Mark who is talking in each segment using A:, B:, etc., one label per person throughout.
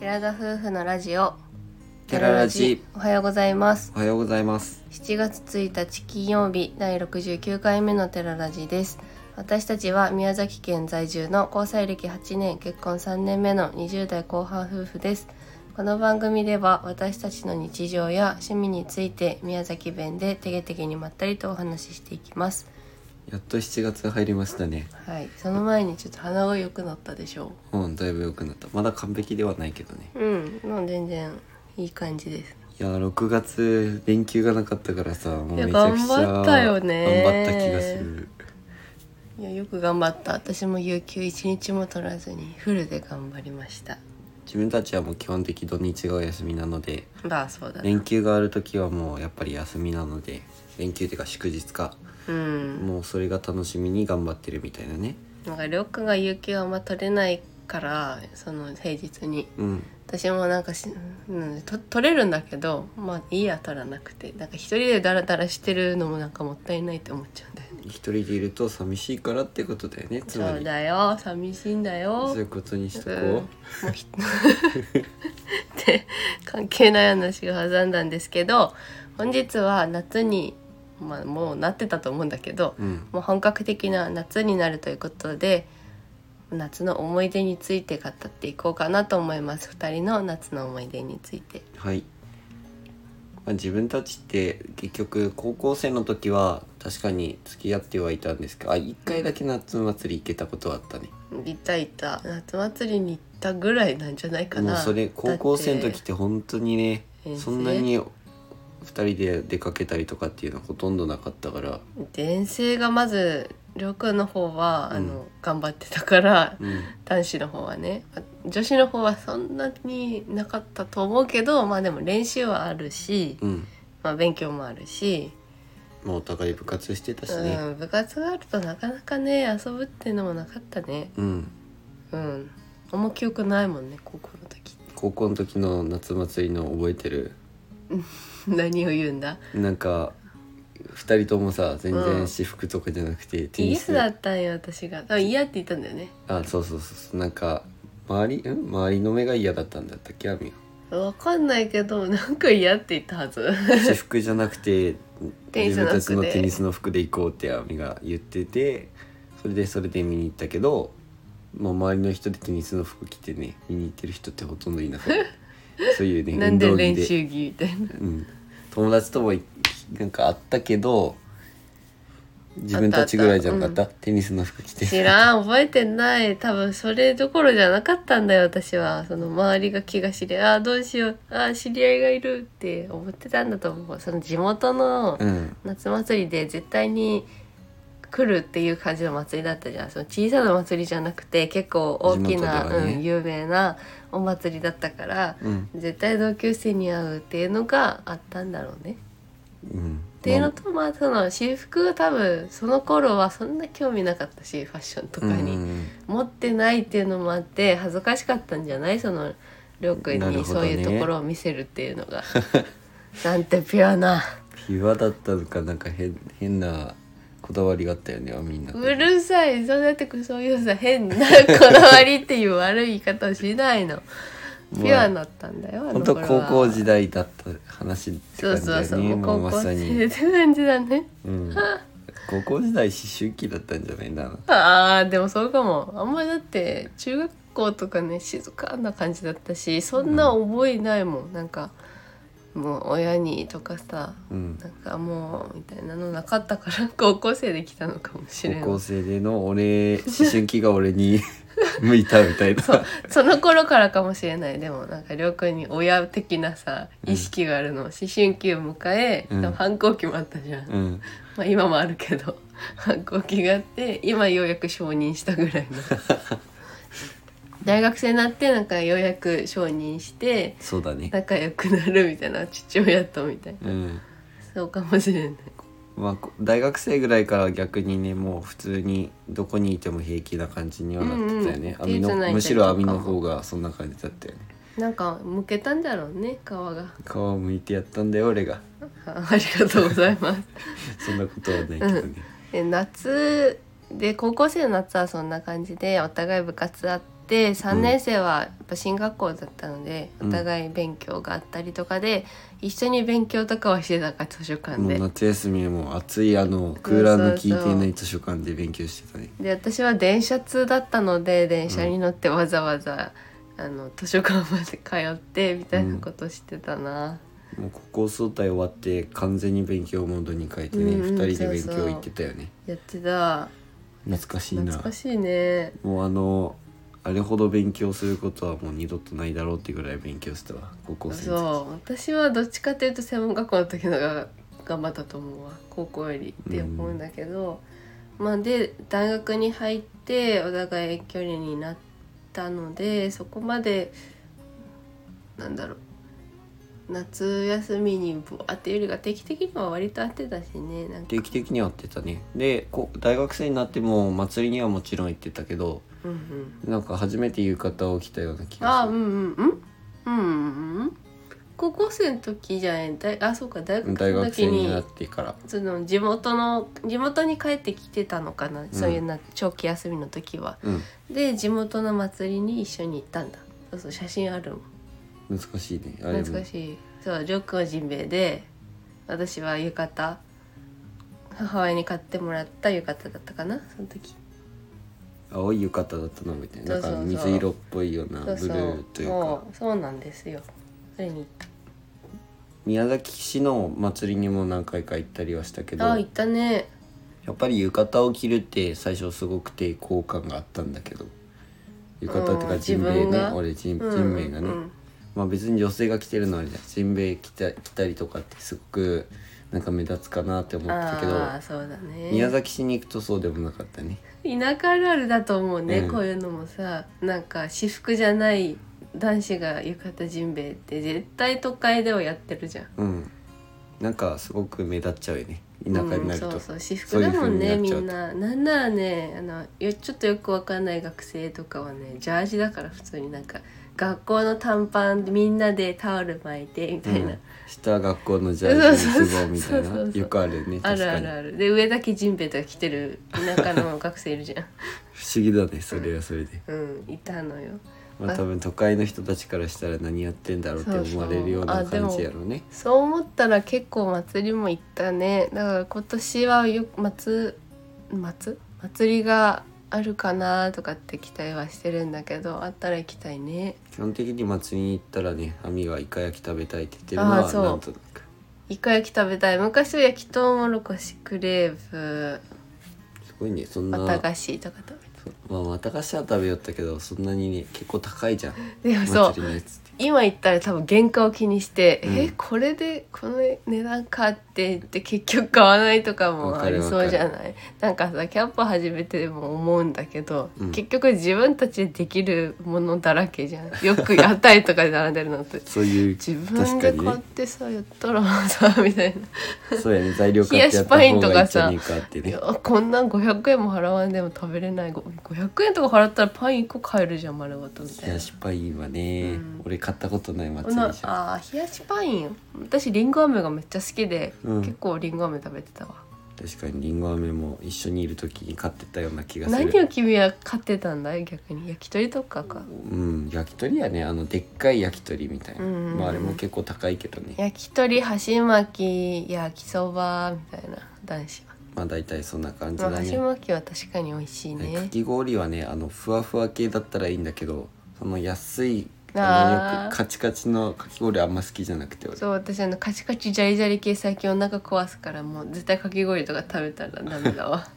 A: ラが夫婦のラジオ
B: テララジ
A: おはようございます
B: おはようございます
A: 7月1日金曜日第69回目のテララジです私たちは宮崎県在住の交際歴8年結婚3年目の20代後半夫婦ですこの番組では私たちの日常や趣味について宮崎弁でてげてげにまったりとお話ししていきます
B: やっと7月入りましたね
A: はい、その前にちょっと鼻が良くなったでしょ
B: うんだいぶ良くなったまだ完璧ではないけどね
A: ううん、もう全然いい感じです
B: いやー6月連休がなかったからさもう
A: いや
B: めちゃくちゃ
A: 頑張ったよね
B: 頑張った気がする
A: いやよく頑張った私も有給一日も取らずにフルで頑張りました
B: 自分たちはもう基本的土日がお休みなので
A: まあそうだね
B: 連休がある時はもうやっぱり休みなので連休っていうか祝日か
A: うん
B: もうそれが楽しみに頑張ってるみたいなね
A: なんかりょうくんが有給あんま取れないからその平日に
B: うん
A: 私もなんかし、うん、と取れるんだけどまあいいや取らなくてなんか一人でダラダラしてるのもなんかもったいないって思っちゃうんだよね
B: 一人でいると寂しいからってことだよねつ
A: そ
B: ま
A: う
B: り
A: だよ寂しいんだよ
B: そういうことにしとこ
A: う
B: う、
A: んもうひ って関係ない話が挟んだんですけど本日は夏に、まあ、もうなってたと思うんだけど
B: うん
A: もう本格的な夏になるということで夏の思い出について語っていこうかなと思います2人の夏の思い出について。
B: はい、まあ、自分たちって結局高校生の時は確かに付き合ってはいたんですけどあ一回だけ夏祭り行けたことはあったね
A: いたいた夏祭りに行ったぐらいなんじゃないか
B: もう
A: な。
B: それ高校生の
A: だっ
B: 時って本当にね
A: 遠征
B: そんなに2人で出かけたりとかっていうのはほとんどなかったから、
A: て遠征がまずりょうくんの方は、あ
B: う
A: の頑張ってたから
B: うん、
A: 男子の方はね女子の方はそんなになかったと思うけどまあでも練習はあるし、
B: うん、
A: まあ、勉強もあるし、
B: まあお互い部活してたしね
A: うん、部活があるとなかなかね遊ぶっていうのもなかったね
B: うん、
A: うんあんま記憶ないもんね高校の時
B: 高校の時の夏祭りの覚えてる
A: 何を言うんだ
B: なんか2人ともさ全
A: う
B: 然
A: ん
B: 私服とかじゃなくて、テ
A: イ
B: ニ
A: ギ
B: ス
A: スだったんよ私が多分嫌って言ったんだよね
B: あそうそうそうそうなんか周りん周りの目が嫌だったんだったっけアミ
A: わかんないけどなんか嫌って言ったはず
B: は 私服じゃなくて
A: テニスの服で
B: 自分たちのテニスの服で行こうってアミが言っててそれでそれで見に行ったけどもう周りの人でテニスの服着てね見に行ってる人ってほとんどい なかったそういうね
A: なんで
B: 運動着
A: 練習着みたいな
B: うん、友達ともいなんかあったけど自分たちぐらいじゃなかったテニスの服着て
A: 知らん覚えてない多分それどころじゃなかったんだよ私はその周りが気が知れああどうしようああ知り合いがいるって思ってたんだと思うその地元の
B: うん
A: 夏祭りで絶対に来るっていう感じの祭りだったじゃんその小さな祭りじゃなくて結構大き
B: 地
A: な、
B: 元ではね
A: うん、有名なお祭りだったから
B: うん
A: 絶対同級生に会うっていうのがあったんだろうね。
B: うん
A: っていうのとまあその私服多分その頃はそんな興味なかったしファッションとかに。
B: うん
A: 持ってないっていうのもあって恥ずかしかったんじゃないそのりょうくん
B: なる
A: に
B: ほ
A: そ
B: ど
A: う
B: ね
A: いうところを見せるっていうのが。 なんてピュアな
B: ピュアだったのかなんか変変なこだわりがあったよねみんな
A: うるさいそうだってくそういうさ変なこだわりっていう悪い言い方をしないの
B: まあ
A: ピュアだったんだよあの
B: 本当
A: 頃
B: 高
A: は
B: 校時代だった話って
A: そ
B: 感
A: う
B: じ
A: そ
B: だよ
A: う
B: ね
A: そうもう
B: もう
A: 高
B: ま
A: 校
B: さ
A: 生
B: に
A: っ、て感じだね
B: うん、高校時代思春期だったんじゃないんだな
A: あーでもそうかもあんまりだって中学校とかね静かな感じだったしそんな覚えないもん、なんかもう親にとかさ
B: うん
A: なんかもうみたいなのなかったから 高校生で来たのかもしれ
B: 高
A: な
B: 校
A: い
B: 生での俺思春期が俺に 向いたみたいな
A: その頃からかもしれないでもなんかりょうくんに親的なさ
B: うん
A: 意識があるの、思春期を迎え、
B: うん
A: でも反抗期もあったじゃん、
B: うん
A: まあ今もあるけど 反抗期があって今ようやく承認したぐら いの大学生になってなんかようやく承認して
B: そうだね
A: 仲良くなるみたいな父親とみたいな
B: うん
A: そうかもしれない
B: まあこ大学生ぐらいから逆にねもう普通にどこにいても平気な感じにはなってたよね、
A: うんうん
B: 網
A: 手繋いだりと
B: の
A: か
B: むしろ網の方がそんな感じだったよね
A: なんか向けたんだろうね皮が
B: 皮を剥いてやったんだよ俺が
A: あありがとうございます
B: そんなことはないけどね。
A: で夏で高校生の夏はそんな感じでお互い部活あっって3年生はやっぱ進学校だったので、
B: うん
A: お互い勉強があったりとかで一緒に勉強とかはしてたから図書館
B: もう
A: で。
B: 夏休みはもう暑いあのクーラーの効いて
A: そう
B: い
A: そ
B: な
A: う
B: い図書館で勉強してたね
A: で私は電車通だったので電車に乗ってわざわざ、あの図書館まで通ってみたいなことしてたな。
B: もう高校総体終わって完全に勉強モードに変えてね、
A: うんうん
B: 2人で勉
A: そうそ
B: 強
A: う
B: 行ってたよね
A: やってた
B: 懐かしいな
A: 懐かしいね。
B: もうあのあれほど勉強することはもう二度とないだろうってぐらい勉強したわ高校生の
A: そう私はどっちかというと専門学校の時のが頑張ったと思うわ高校よりって思うんだけど、まあで大学に入ってお互い遠距離になったのでそこまでなんだろう夏休みにぶわっていうよりが定期的には割と合ってたしねなんか
B: 時定期的には会ってたねでこ大学生になっても祭りにはもちろん行ってたけど
A: うんうん
B: なんか初めて浴衣を着たような気が
A: あ
B: す
A: う
B: る
A: んうんうんうんうんうん高校生の時じゃない大あそうか大学
B: 大
A: 生の
B: 学
A: 時
B: 生
A: に
B: になってから
A: その地元の地元に帰ってきてたのかな、そういうな長期休みの時は
B: うん
A: で地元の祭りに一緒に行ったんだそうそう写真あるもん
B: 難しいねあれ
A: 懐か
B: も
A: しいそうジョー君はジンベエで私は浴衣母親に買ってもらった浴衣だったかなその時
B: 青い浴衣だったのみたいななん
A: そう
B: か
A: そうそう
B: 水色っぽいようなブ
A: そ
B: ル
A: うそ
B: ー
A: う
B: というか
A: もうそうなんですよそれに行っ
B: 宮崎市の祭りにも何回か行ったりはしたけど
A: たあ行ったね
B: やっぱり浴衣を着るって最初すごく抵抗感があったんだけど浴衣っていう
A: う
B: か
A: ん
B: ジンベエ
A: 自分
B: ね
A: が
B: 俺ジン
A: うん
B: ジンベエがね、
A: うん
B: まあ別に女性が着てるのはあれだジンベエ着た着たりとかってすごくなんか目立つかなって思ってたけど
A: ああそうだね
B: 宮崎市に行くとそうでもなかったね
A: 田舎あるあるだと思うね、
B: うん
A: こういうのもさなんか私服じゃない男子が浴衣ジンベエって絶対都会ではやってるじゃん
B: うんなんかすごく目立っちゃうよね田舎になると、
A: うんそうそう私服だもんね
B: そういう
A: み
B: 風
A: ん
B: に
A: ななんならねあのよちょっとよくわかんない学生とかはねジャージだから普通になんか学校の短パンでみんなでタオル巻いてみたいな、
B: うん下学校のジャージにズボンみたい
A: そうそうそうそう
B: なよくあるよね
A: あ
B: 確
A: る
B: か
A: あ
B: に
A: るあるで上だけジンベエとか着てる田舎の学生いるじゃん
B: 不思議だねそれはそれで、
A: うんいたのよ
B: まあ多分都会の人たちからしたら何やってんだろうって思われるような感じやろうね
A: そう思ったら結構祭りも行ったねだから今年はよく祭祭祭りがあるかなとかって期待はしてるんだけどあったら行きたいね
B: 基本的に祭りに行ったらね亜美がイカ焼き食べたいって言ってるの
A: あー
B: は
A: そう
B: なんとなく
A: イカ焼き食べたい昔は焼きとうもろこしクレープ
B: すごいねそんな
A: 綿菓子とか食
B: まあ綿菓子は食べよったけどそんなにね結構高いじゃん
A: べたでもそう
B: 祭りのやつって
A: 今言ったら多分原価を気にして、
B: うん
A: えこれでこの値段かって言って結局買わないとかも
B: わ
A: あ
B: かる
A: りそうじゃないなんかさキャンプ始めてでも思うんだけど、結局自分たちでできるものだらけじゃんよく屋台とかで並んでるのって
B: そういう
A: 自分
B: 確か
A: で
B: に
A: 買っ
B: ね
A: てさやったらさみたい
B: そうやね材料買ってやった
A: 冷やしパイン
B: 方
A: と
B: が
A: か
B: いいんじゃ
A: さ
B: ねえかって
A: な、い
B: ね
A: やこんなん500円も払わんでも食べれないご500円とか払ったらパン1個買えるじゃん丸ごとみたい
B: 冷
A: な
B: や。しパインはね、
A: うん
B: 俺買ったことない祭り
A: な
B: じゃん
A: あー冷やしパイン私りんご飴がめっちゃ好きで、
B: うん
A: 結構りんご飴食べてたわ
B: 確かにりんご飴も一緒にいる時に買ってたような気がする
A: 何を君は買ってたんだい逆に焼き鳥とかか
B: うん焼き鳥やねあのでっかい焼き鳥みたいな、
A: うんうんうん
B: まああれも結構高いけどね
A: 焼き鳥箸巻き焼きそばみたいな男子は、
B: まあ大体そんな感じ
A: まあ、
B: だ
A: 箸
B: ね、
A: 巻きは確かに美味しい
B: か
A: ね
B: き氷はねあのふわふわ系だったらいいんだけどその安い
A: あー
B: あのよくカチカチのかき氷あんま好きじゃなくて俺
A: そう私あのカチカチジャリジャリ系最近お腹壊すからもう絶対かき氷とか食べたらダメだ わ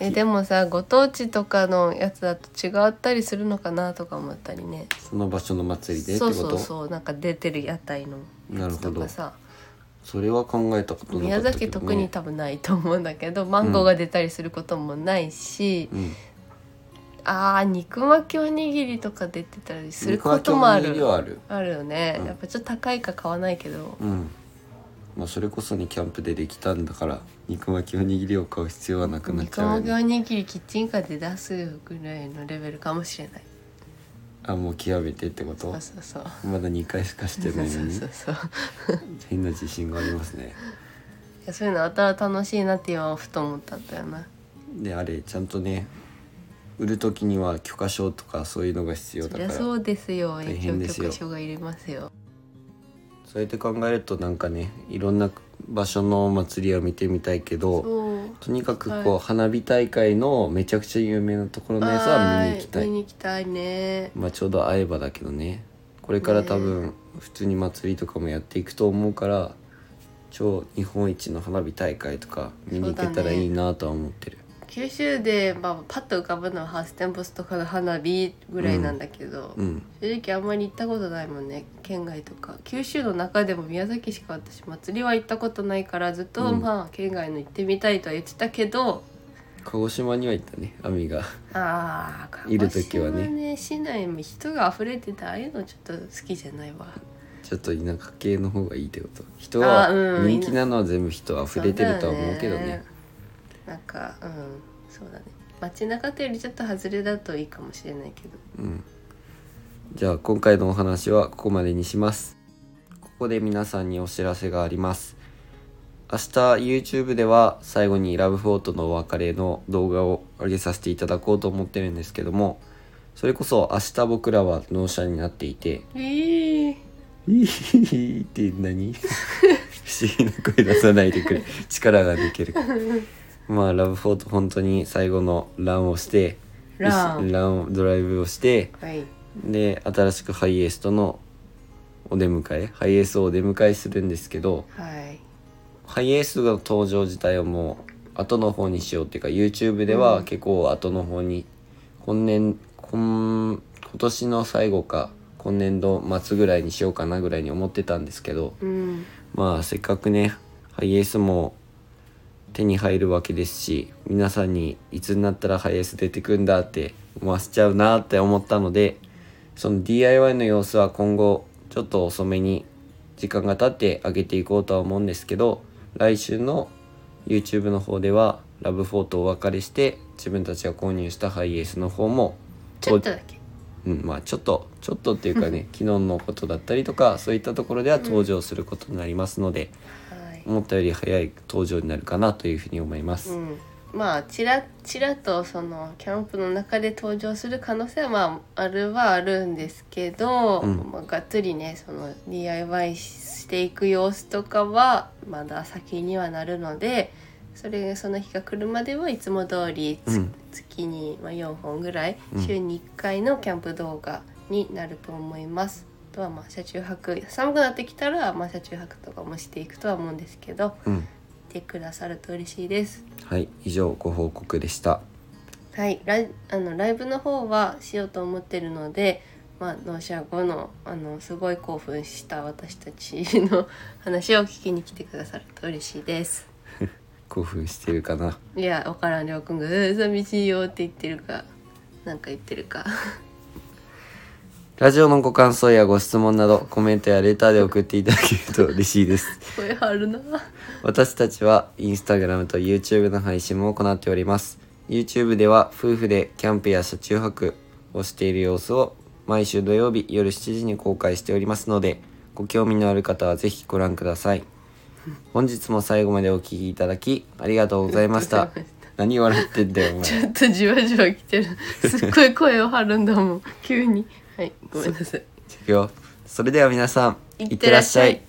A: えでもさご当地とかのやつだと違ったりするのかなとか思ったりね
B: その場所の祭りでってこ
A: そ
B: と
A: うそうそうなんか出てる屋台の
B: な
A: や
B: る
A: つ
B: ほ
A: と
B: ど
A: かさ
B: それは考えたことなか
A: 宮
B: ったけ
A: 崎
B: ど、ね、
A: 特に多分ないと思うんだけどマンゴーが出たりすることもないし、
B: うん
A: あー肉巻きおにぎりとか出てたりする
B: 肉
A: こ
B: 巻き
A: ともあ
B: おにぎ
A: る
B: りはある
A: あるよね、
B: うん
A: やっぱちょっと高いか買わないけど
B: うんまあそれこそにキャンプでできたんだから肉巻きおにぎりを買う必要はなくなっち
A: 肉
B: ゃうよ
A: 巻きお
B: ね
A: にぎりキッチンカーで出すぐらいのレベルかもしれない
B: あもう極めてってこ
A: そ
B: と
A: うそうそう
B: まだ2回しかし
A: そ
B: て
A: う
B: ないのに
A: そうそうい
B: 変な自信がありますね
A: やそういうのあったら楽しいなって今ふと思ったんだよな
B: であれちゃんとね売る時には許可証とかそういうのが必要
A: そ
B: だ
A: り
B: か
A: ゃ
B: ら
A: そうですよ
B: 大
A: 延長
B: 変です
A: 許
B: よ
A: 可証がいりますよ
B: そうやって考えるとなんかねいろんな場所の祭りを見てみたいけど
A: そう
B: とにかくこう、花火大会のめちゃくちゃ有名なところのやつは見に行きた
A: はい
B: い、
A: 見に行きたいね
B: まあ、ちょうど会えばだけどねこれから多分普通に祭りとかもやっていくと思うから超日本一の花火大会とか見に行けたらいいなとは思ってる、
A: 九州で、まあ、パッと浮かぶのはハウステンボスとかの花火ぐらいなんだけど、
B: うん
A: 正直あんまり行ったことないもんね県外とか九州の中でも宮崎しか私祭りは行ったことないからずっと、
B: うん
A: まあ県外の行ってみたいとは言ってたけど
B: 鹿児島には行ったね亜美が
A: ああ鹿
B: いる
A: 児
B: 時は
A: 島
B: ね
A: ね市内も人が溢れててああいうのちょっと好きじゃないわ
B: ちょっと田舎系の方がいいってこと人
A: あ
B: は
A: うん
B: 人気なのは全部人溢れてるとは思うけど
A: そう
B: ね
A: だよねなんかうんそうだね街中というよりちょっと外れだといいかもしれないけど
B: うん、じゃあ今回のお話はここまでにしますここで皆さんにお知らせがあります明日 YouTube では最後にラブフォートのお別れの動画を上げさせていただこうと思ってるんですけどもそれこそ明日僕らは納車になっていて
A: ええ
B: 「いい」って何不思議な声出さないでくれ力が抜けるからまあラブフォート本当に最後のランをして
A: ラン
B: ランドライブをして
A: はい
B: で新しくハイエースとのお出迎えハイエースをお出迎えするんですけど
A: はい
B: ハイエースの登場自体をもう後の方にしようっていうか YouTube では結構後の方に今年今今年の最後か今年度末ぐらいにしようかなぐらいに思ってたんですけど
A: うん
B: まあせっかくねハイエースも手に入るわけですし皆さんにいつになったらハイエース出てくんだって思わせちゃうなって思ったのでその DIY の様子は今後ちょっと遅めに時間が経って上げていこうとは思うんですけど来週の YouTube の方ではラブフォーとお別れして自分たちが購入したハイエースの方も
A: ちょっとだけ
B: うん、まあちょっとちょっとっていうかね昨日のことだったりとかそういったところでは登場することになりますので、
A: はい、
B: 思ったより早い登場になるかなというふうに思います、
A: うん、まあちらちらとそのキャンプの中で登場する可能性はまああるはあるんですけど、
B: うん
A: まあ、がっつりねその DIY していく様子とかはまだ先にはなるのでそれその日が来るまではいつも通りつ、
B: うん
A: 月にまあ4本ぐらい
B: うん
A: 週に1回のキャンプ動画になると思います。あとはまあ車中泊寒くなってきたらまあ車中泊とかもしていくとは思うんですけど
B: うん、
A: 見てくださると嬉しいです。
B: はい以上ご報告でした
A: はい、ライあのライブの方はしようと思ってるので、まあ、納車後のあのすごい興奮した私たちの話を聞きに来てくださると嬉しいです。
B: 興奮してるかない
A: やわからんりょうくんが「うん寂しいよ」って言ってるかなんか言ってるか
B: ラジオのご感想やご質問などコメントやレターで送っていただけると嬉しいです
A: 声張るな
B: 私たちはインスタグラムと YouTube の配信も行っております YouTube では夫婦でキャンプや車中泊をしている様子を毎週土曜日夜7時に公開しておりますのでご興味のある方はぜひご覧ください本日も最後までお聴きいただきありがとうございまし
A: あ
B: た
A: りがとうございました
B: 何笑ってんだよお
A: ち
B: 前
A: ょっとじわじわ来てるすっごい声を張るんだもん急にはいごめんなさい
B: いくよそれでは皆さん
A: いってらっしゃい